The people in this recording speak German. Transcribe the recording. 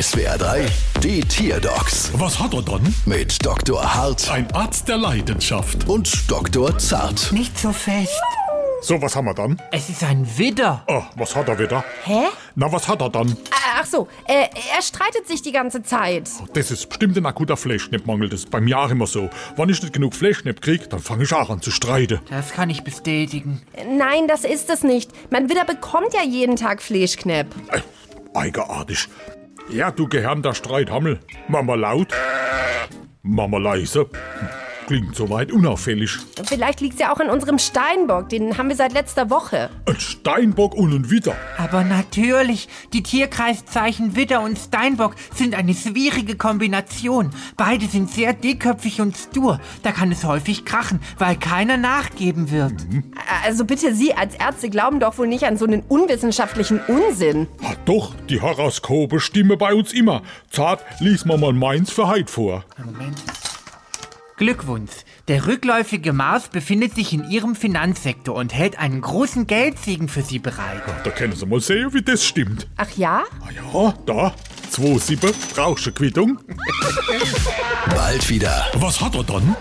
SWR 3, die Tierdocs Was hat er dann? mit Dr. Hart Ein Arzt der Leidenschaft. und Dr. Zart. Nicht so fest. So, was haben wir dann? Es ist ein Widder. Ah, was hat er wieder? Hä? Na, was hat er dann? Ach so, äh, er streitet sich die ganze Zeit. Oh, Das ist bestimmt ein akuter Fleischkneppmangel. Das ist bei mir auch immer so. Wenn ich nicht genug Fleischknepp kriege, dann fange ich auch an zu streiten. Das kann ich bestätigen. Nein, das ist es nicht. Mein Widder bekommt ja jeden Tag Fleischknepp. Äh, eigenartig. Ja, du Gehirn der Streithammel. Mama laut, Mama leise. Klingt soweit unauffällig. Vielleicht liegt's ja auch an unserem Steinbock, den haben wir seit letzter Woche. Ein Steinbock und ein Witter. Aber natürlich, die Tierkreiszeichen Widder und Steinbock sind eine schwierige Kombination. Beide sind sehr dickköpfig und stur. Da kann es häufig krachen, weil keiner nachgeben wird. Also bitte Sie als Ärzte glauben doch wohl nicht an so einen unwissenschaftlichen Unsinn. Ah, doch, die Horoskope stimmen bei uns immer. Zart, lies mal mal meins für heut vor. Moment. Glückwunsch. Der rückläufige Mars befindet sich in Ihrem Finanzsektor und hält einen großen Geldsegen für Sie bereit. Da können Sie mal sehen, wie das stimmt. Ach ja? Ah ja, da, 2,7, brauchst du Quittung. Bald wieder. Was hat er dann?